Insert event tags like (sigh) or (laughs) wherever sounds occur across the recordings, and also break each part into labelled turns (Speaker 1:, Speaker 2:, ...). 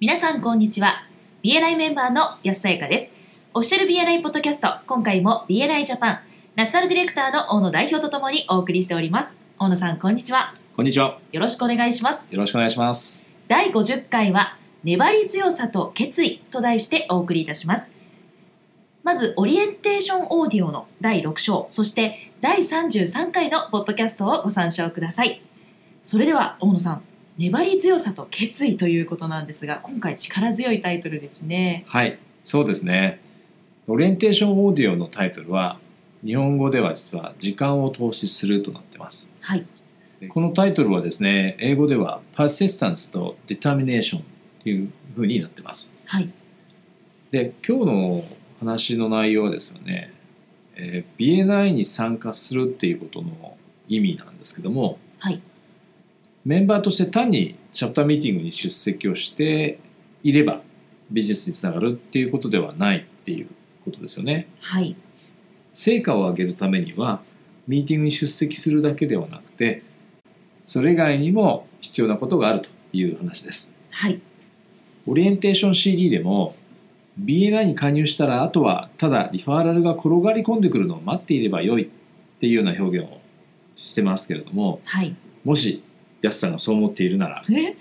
Speaker 1: 皆さんこんにちは BNI メンバーの安さゆかですオフィシャル BNI ポッドキャスト今回も BNI ジャパンナショナルディレクターの大野代表とともにお送りしております大野さんこんにちは
Speaker 2: こんにちは。
Speaker 1: よろしくお願いします
Speaker 2: よろしくお願いします。
Speaker 1: 第50回は「粘り強さと決意」と題してお送りいたしますまずオリエンテーションオーディオの第6章そして第33回のポッドキャストをご参照くださいそれでは大野さん粘り強さと決意ということなんですが今回力強いタイトルですね
Speaker 2: はい、そうですね。オリエンテーションオーディオのタイトルは、日本語では実は時間を投資するとなってます。
Speaker 1: はい
Speaker 2: でこのタイトルはですね、英語では persistence と determination っていう風になってます。
Speaker 1: はい
Speaker 2: で、今日の話の内容はですよね、えー BNI に参加するっていうことの意味なんですけども、
Speaker 1: はい
Speaker 2: メンバーとして単にチャプターミーティングに出席をしていればビジネスにつながるっていうことではないっていうことですよね。
Speaker 1: はい
Speaker 2: 成果を上げるためにはミーティングに出席するだけではなくてそれ以外にも必要なことがあるという話です。
Speaker 1: はい
Speaker 2: オリエンテーション CD でも BNI に加入したらあとはただリファーラルが転がり込んでくるのを待っていればよいっていうような表現をしてますけれども
Speaker 1: はい
Speaker 2: もし安さんがそう思っているなら
Speaker 1: え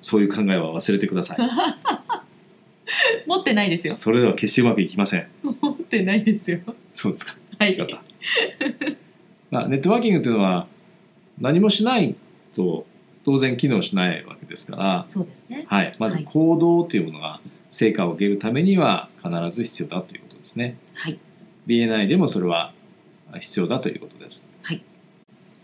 Speaker 2: そういう考えは忘れてくださ (laughs) い。
Speaker 1: 持ってない (laughs) ですよ
Speaker 2: それでは決してうまくいきません。
Speaker 1: 持ってないですよ
Speaker 2: そうですか。
Speaker 1: はい
Speaker 2: よか (laughs) った。まあ、ネットワーキングというのは何もしないと当然機能しないわけですから、
Speaker 1: そうですね
Speaker 2: はい、まず行動というものが成果を上げるためには必ず必要だということですね。
Speaker 1: はい
Speaker 2: BNI でもそれは必要だということです。
Speaker 1: はい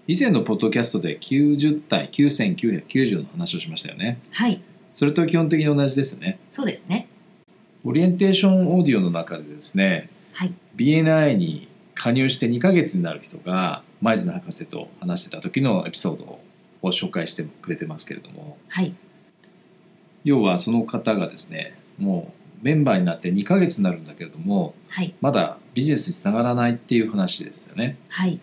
Speaker 2: 以前のポッドキャストで90対9990の話をしましたよね。
Speaker 1: はい
Speaker 2: それと基本的に同じですよね。
Speaker 1: そうですね
Speaker 2: オリエンテーションオーディオの中でですね、
Speaker 1: はい
Speaker 2: BNI に加入して2ヶ月になる人が前津博士と話してた時のエピソードを紹介してくれてますけれども
Speaker 1: はい
Speaker 2: 要はその方がですねもうメンバーになって2ヶ月になるんだけれども
Speaker 1: はい
Speaker 2: まだビジネスにつながらないっていう話ですよね。
Speaker 1: はい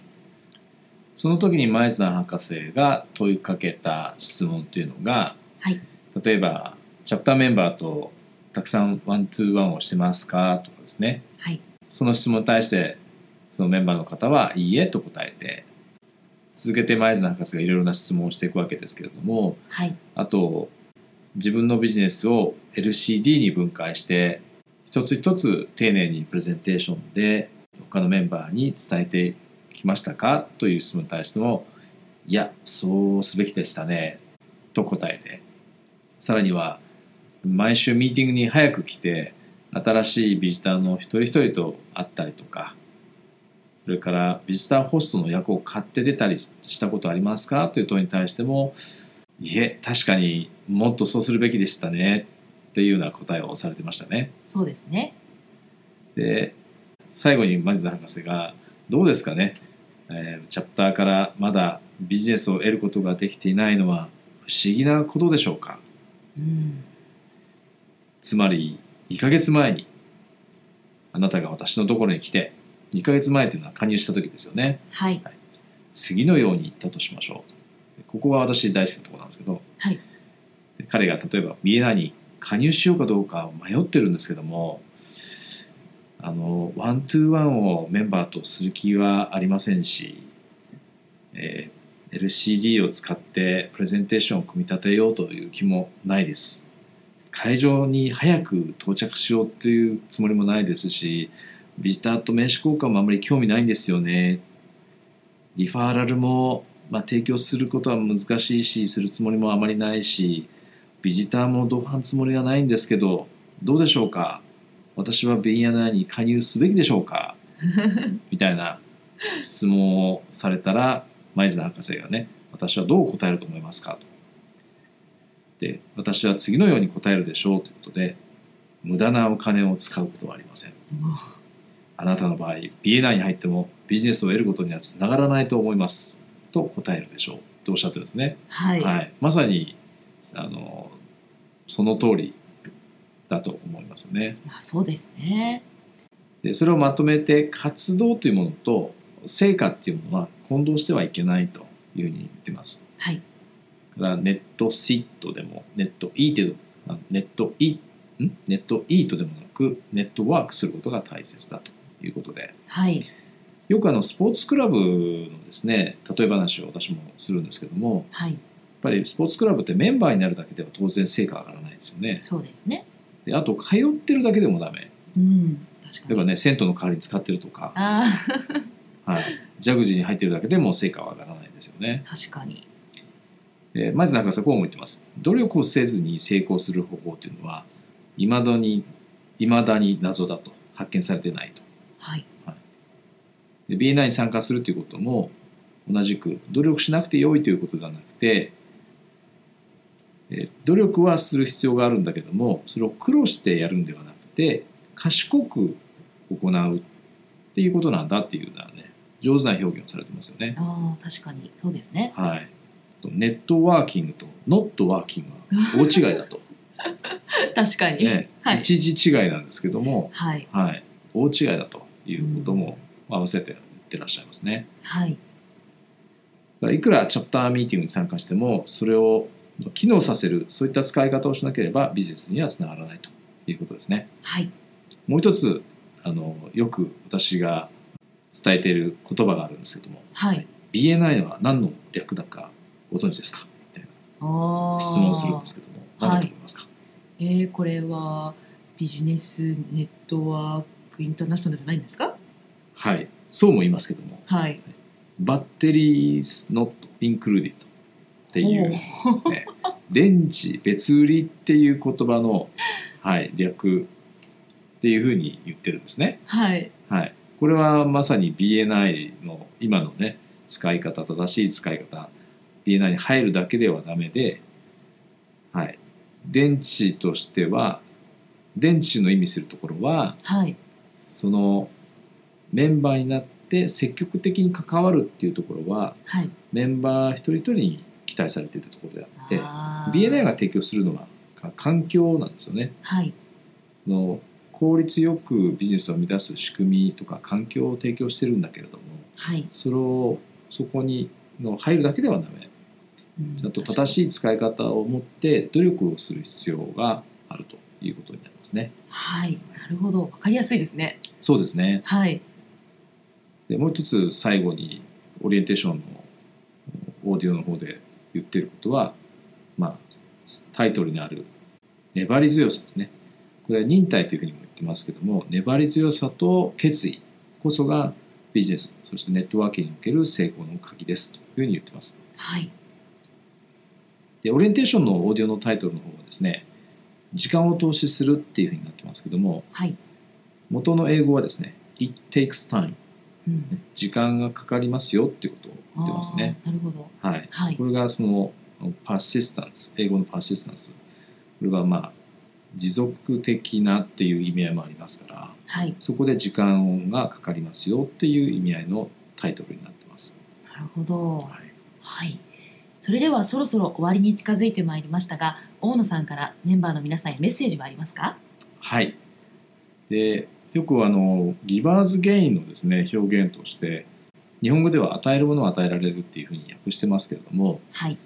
Speaker 2: その時に前津博士が問いかけた質問というのが、
Speaker 1: はい
Speaker 2: 例えばチャプターメンバーとたくさんワンツーワンをしてますかとかですね
Speaker 1: はい
Speaker 2: その質問に対してそのメンバーの方は「いいえ」と答えて続けて前津博士がいろいろな質問をしていくわけですけれども
Speaker 1: はい
Speaker 2: あと自分のビジネスを LCD に分解して一つ一つ丁寧にプレゼンテーションで他のメンバーに伝えてきましたかという質問に対しても「いやそうすべきでしたね」と答えてさらには毎週ミーティングに早く来て新しいビジターの一人一人と会ったりとかそれからビジターホストの役を買って出たりしたことありますかという問いに対しても「いえ確かにもっとそうするべきでしたね」っていうような答えをされてましたね。
Speaker 1: そうですね
Speaker 2: で最後にマジ田博士が「どうですかね、えーチャプターからまだビジネスを得ることができていないのは不思議なことでしょうか?
Speaker 1: うん」
Speaker 2: つまり2ヶ月前にあなたが私のところに来て2ヶ月前というのは加入した時ですよね
Speaker 1: はい
Speaker 2: 次のように言ったとしましょうここは私大好きなところなんですけど、
Speaker 1: はい
Speaker 2: で彼が例えば BNI に加入しようかどうか迷ってるんですけどもあのワントゥーワンをメンバーとする気はありませんし、えー LCD を使ってプレゼンテーションを組み立てようという気もないです会場に早く到着しようというつもりもないですしビジターと名刺交換もあまり興味ないんですよねリファーラルも、まあ、提供することは難しいしするつもりもあまりないしビジターも同伴つもりがないんですけどどうでしょうか私はベニヤナに加入すべきでしょうかみたいな質問をされたら前津博士がね私はどう答えると思いますかと。で私は次のように答えるでしょうということで無駄なお金を使うことはありません。あなたの場合 BNI に入ってもビジネスを得ることにはつながらないと思いますと答えるでしょうとおっしゃってるんですね、
Speaker 1: はい
Speaker 2: まさにあのその通りだと思いますね
Speaker 1: まあそうですね
Speaker 2: でそれをまとめて活動というものと成果っていうものは混同してはいけないというふうに言ってます
Speaker 1: はい
Speaker 2: だからネットシットでもネットイーテあネットイんネットイートでもなくネットワークすることが大切だということで
Speaker 1: はい
Speaker 2: よくあのスポーツクラブのですね例え話を私もするんですけども
Speaker 1: はい
Speaker 2: やっぱりスポーツクラブってメンバーになるだけでは当然成果が上がらないですよね
Speaker 1: そうですね
Speaker 2: であと通ってるだけでもダメ
Speaker 1: うん確か
Speaker 2: 例え
Speaker 1: に
Speaker 2: ばね銭湯の代わりに使ってるとか、
Speaker 1: ああ
Speaker 2: はい、ジャグジーに入ってるだけでも成果は上がらないですよね
Speaker 1: 確かに
Speaker 2: でまず中さんこう思ってます努力をせずに成功する方法というのはいまだに未だに謎だと発見されてないと
Speaker 1: はい
Speaker 2: で BNI に参加するということも同じく努力しなくて良いということじゃなくてえー努力はする必要があるんだけどもそれを苦労してやるんではなくて賢く行うっていうことなんだっていうのはね上手な表現をされてますよね。
Speaker 1: ああ確かにそうです
Speaker 2: (laughs)
Speaker 1: ね
Speaker 2: はい、ネットワーキングとノットワーキングは大違
Speaker 1: (laughs)
Speaker 2: いだと、
Speaker 1: 確かに、
Speaker 2: ね
Speaker 1: はい
Speaker 2: 一時違いなんですけども、
Speaker 1: はい
Speaker 2: はい、大違いだということも合わせて言ってらっしゃいますね。
Speaker 1: はい
Speaker 2: だからいくらチャプターミーティングに参加してもそれを機能させるそういった使い方をしなければビジネスにはつながらないということですね。
Speaker 1: はい
Speaker 2: もう一つあのよく私が伝えている言葉があるんですけども
Speaker 1: はい、
Speaker 2: BNI は何の略だかご存知ですかみたい
Speaker 1: ああ
Speaker 2: な質問をするんですけども
Speaker 1: あー
Speaker 2: 何だと思いますか、
Speaker 1: えー、これはビジネスネットワークインターナショナルじゃないんですか
Speaker 2: はい、そうも言いますけども
Speaker 1: はい
Speaker 2: バッテリー not included っていうですね電池別売りっていう言葉の、はい、略っていうふうに言ってるんですね、
Speaker 1: はい
Speaker 2: はい、これはまさに BNI の今のね使い方正しい使い方 BNI に入るだけではダメで、はい、電池としては電池の意味するところは
Speaker 1: はい
Speaker 2: そのメンバーになって積極的に関わるっていうところは
Speaker 1: はい
Speaker 2: メンバー一人一人に期待されているところであって
Speaker 1: あー
Speaker 2: BNI が提供するのはか環境なんですよね
Speaker 1: はい
Speaker 2: その効率よくビジネスを生み出す仕組みとか環境を提供してるんだけれども
Speaker 1: はい、
Speaker 2: それをそこにの入るだけではダメ
Speaker 1: うん
Speaker 2: ちゃんと正
Speaker 1: い
Speaker 2: しい使い方を持って努力をする必要があるということになりますね
Speaker 1: はいなるほどわかりやすいですね
Speaker 2: そうですね
Speaker 1: はい
Speaker 2: でもう一つ最後にオリエンテーションのオーディオの方で言ってることは、まあ、タイトルにある粘り強さですねこれは忍耐というふうにも言ってますけども粘り強さと決意こそがビジネスそしてネットワークにおける成功の鍵ですというふうに言ってます
Speaker 1: はい
Speaker 2: でオリエンテーションのオーディオのタイトルの方はですね時間を投資するっていうふうになってますけども
Speaker 1: はい、
Speaker 2: 元の英語はですね It takes time
Speaker 1: うん、
Speaker 2: 時間がかかりますよっていうことを言ってますね
Speaker 1: あーなるほど
Speaker 2: はい
Speaker 1: はい
Speaker 2: これがそのパーシスタンス英語のパーシスタンスこれがまあ持続的なっていう意味合いもありますから
Speaker 1: はい
Speaker 2: そこで時間がかかりますよっていう意味合いのタイトルになってます。
Speaker 1: なるほど
Speaker 2: はい
Speaker 1: はいそれではそろそろ終わりに近づいてまいりましたが大野さんからメンバーの皆さんへメッセージはありますか
Speaker 2: はい、でよくあのギバーズ・ゲインのですね表現として日本語では与えるものを与えられるっていうふうに訳してますけれども
Speaker 1: はい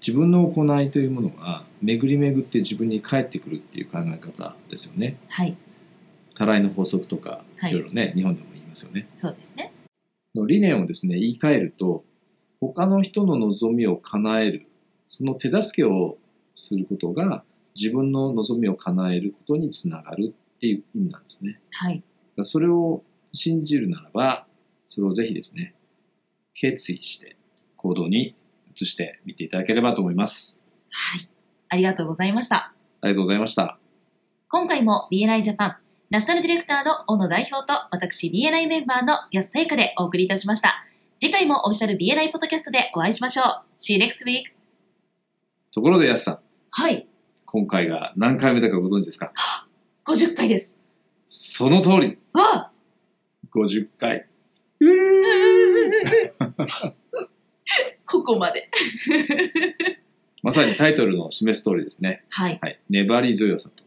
Speaker 2: 自分の行いというものが巡り巡って自分に返ってくるっていう考え方ですよね。
Speaker 1: はい
Speaker 2: たらいの法則とか
Speaker 1: はい
Speaker 2: いろいろね、日本でも言いますよね。
Speaker 1: そうですね
Speaker 2: の理念をですね言い換えると他の人の望みを叶えるその手助けをすることが自分の望みを叶えることにつながるっていう意味なんですね。だか
Speaker 1: はい
Speaker 2: らそれを信じるならばそれをぜひですね決意して行動に移してみていただければと思います。
Speaker 1: はいありがとうございました
Speaker 2: ありがとうございました。
Speaker 1: 今回も BNI ジャパンナショナルディレクターの小野代表と私 BNI メンバーの安さゆかでお送りいたしました。次回もオフィシャル BNI ポッドキャストでお会いしましょう。See you next week!
Speaker 2: ところでやすさん
Speaker 1: はい、
Speaker 2: 今回が何回目だかご存知ですか
Speaker 1: 50回です。
Speaker 2: その通り
Speaker 1: わあ
Speaker 2: 50回
Speaker 1: (laughs) ここまで。
Speaker 2: まさにタイトルの示す通りですね
Speaker 1: はい。
Speaker 2: はい、粘り強さと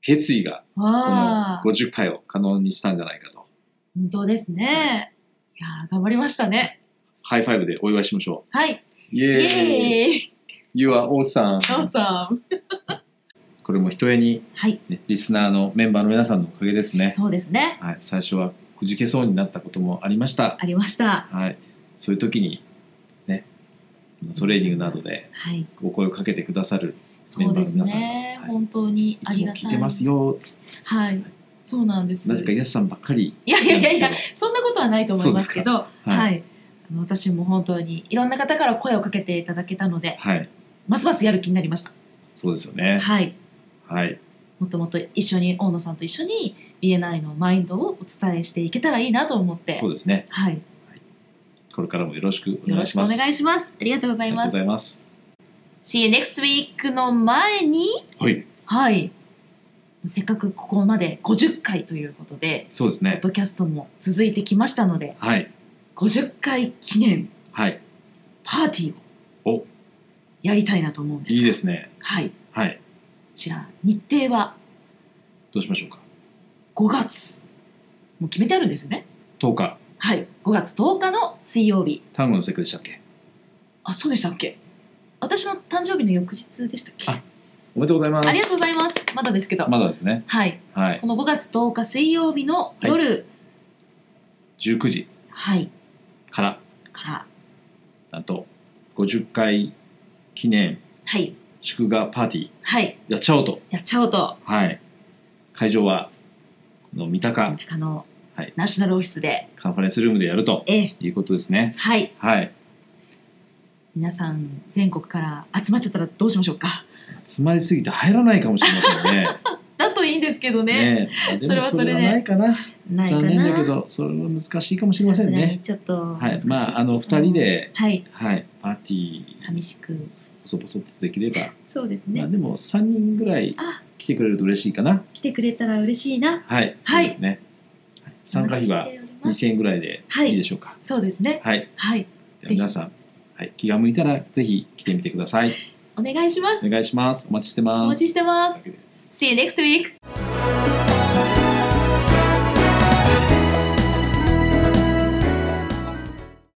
Speaker 2: 決意がこの
Speaker 1: わあ、
Speaker 2: 50回を可能にしたんじゃないかと
Speaker 1: 本当ですね。いやー頑張りましたね。
Speaker 2: ハイファイブでお祝いしましょ
Speaker 1: はい。
Speaker 2: うイ
Speaker 1: イ
Speaker 2: エーイ
Speaker 1: エーイ
Speaker 2: You are awesome!
Speaker 1: !Awesome!
Speaker 2: これもひとえに、
Speaker 1: はい、
Speaker 2: ね、リスナーのメンバーの皆さんのおかげですね、
Speaker 1: そうですね。
Speaker 2: はい、最初はくじけそうになったこともありました、
Speaker 1: ありました。
Speaker 2: はい、そういう時に、ね、トレーニングなどで
Speaker 1: はい、
Speaker 2: お声をかけてくださるメ
Speaker 1: そ
Speaker 2: ン
Speaker 1: う
Speaker 2: バーの
Speaker 1: です
Speaker 2: 皆さんが
Speaker 1: ね。
Speaker 2: はい
Speaker 1: 本当に
Speaker 2: い
Speaker 1: あ
Speaker 2: つ
Speaker 1: り
Speaker 2: も
Speaker 1: がたい。
Speaker 2: 聞いてますよ
Speaker 1: はい、そうなんです。
Speaker 2: なぜかイエスさんばっかり
Speaker 1: いやいやいやいや
Speaker 2: なんです
Speaker 1: そんなことはないと思いますけど、
Speaker 2: けど
Speaker 1: はい、
Speaker 2: はい、
Speaker 1: あの私も本当にいろんな方から声をかけていただけたので、
Speaker 2: はい、
Speaker 1: ますますやる気になりました。
Speaker 2: そうですよね
Speaker 1: はい、
Speaker 2: はい
Speaker 1: もっともっと一緒に大野さんと一緒に BNI のマインドをお伝えしていけたらいいなと思って
Speaker 2: そ、うですね
Speaker 1: はい、
Speaker 2: これからもよろしくお
Speaker 1: よ
Speaker 2: 願
Speaker 1: ろ
Speaker 2: い
Speaker 1: し
Speaker 2: し
Speaker 1: くお
Speaker 2: ます
Speaker 1: 願いします。ありがとうござ
Speaker 2: あ
Speaker 1: い
Speaker 2: りがと
Speaker 1: ます
Speaker 2: うござい。ます
Speaker 1: See you next week の前に、
Speaker 2: はい
Speaker 1: はい、せっかくここまで50回ということで。
Speaker 2: そうです
Speaker 1: ポッ
Speaker 2: ね
Speaker 1: ドキャストも続いてきましたので
Speaker 2: はい
Speaker 1: 50回記念
Speaker 2: はい
Speaker 1: パーティーを
Speaker 2: お
Speaker 1: やりたいなと思うんですが
Speaker 2: いいですね
Speaker 1: はいこ
Speaker 2: はい
Speaker 1: ちら日程は
Speaker 2: どうしましょうか
Speaker 1: 5月もう決めてあるんですよね
Speaker 2: 10日
Speaker 1: はい5月10日の水曜日
Speaker 2: 単語の節句でしたっけ
Speaker 1: あそうでしたっけ私の誕生日の翌日でしたっけ
Speaker 2: あおめでとうございます
Speaker 1: ありがとうございますまだですけど、
Speaker 2: まだですね
Speaker 1: はい
Speaker 2: はい
Speaker 1: この5月10日水曜日の夜
Speaker 2: 19時
Speaker 1: はい、
Speaker 2: から
Speaker 1: から
Speaker 2: なんと50回記念
Speaker 1: はい
Speaker 2: 祝賀パーティー
Speaker 1: はい
Speaker 2: やっちゃおうと
Speaker 1: やっちゃおうと
Speaker 2: はい会場はこの三
Speaker 1: 三
Speaker 2: 鷹
Speaker 1: 鷹の
Speaker 2: はい
Speaker 1: ナショナルオフィスで、
Speaker 2: カンファレンスルームでやると
Speaker 1: ええ
Speaker 2: いうことですね
Speaker 1: はい
Speaker 2: はい
Speaker 1: 皆さん全国から集まっちゃったらどうしましょうか
Speaker 2: 集まりすぎて入らないかもしれ
Speaker 1: (laughs)
Speaker 2: ませんね
Speaker 1: だといいんですけどね
Speaker 2: ねえで
Speaker 1: それ
Speaker 2: も
Speaker 1: はそ
Speaker 2: そ
Speaker 1: れで
Speaker 2: れはないかな
Speaker 1: ないか
Speaker 2: 残
Speaker 1: な
Speaker 2: 念だけどそれは難しいかもしれま
Speaker 1: さ
Speaker 2: せ
Speaker 1: す
Speaker 2: ん
Speaker 1: がに
Speaker 2: ね
Speaker 1: ちょっと
Speaker 2: はい
Speaker 1: 難し
Speaker 2: まああの
Speaker 1: けど
Speaker 2: 二人で
Speaker 1: はい
Speaker 2: はいパーティー
Speaker 1: 寂しく
Speaker 2: そぼそぼとできれば、
Speaker 1: そうです
Speaker 2: まあ
Speaker 1: ね
Speaker 2: でも3人ぐらい
Speaker 1: あ
Speaker 2: 来てくれると嬉しいかな
Speaker 1: 来てくれたら嬉しいな
Speaker 2: はい、
Speaker 1: はい
Speaker 2: そうですねはい参加費
Speaker 1: お
Speaker 2: は
Speaker 1: 待ちしております
Speaker 2: 2000円ぐらいで
Speaker 1: はい
Speaker 2: いいでしょうか
Speaker 1: そうですね
Speaker 2: はい、
Speaker 1: はい
Speaker 2: では
Speaker 1: ぜひ
Speaker 2: 皆さん、はい、気が向いたらぜひ来てみてください
Speaker 1: お願いします
Speaker 2: お願いしますお待ちしてます
Speaker 1: お待ちしてます See you next week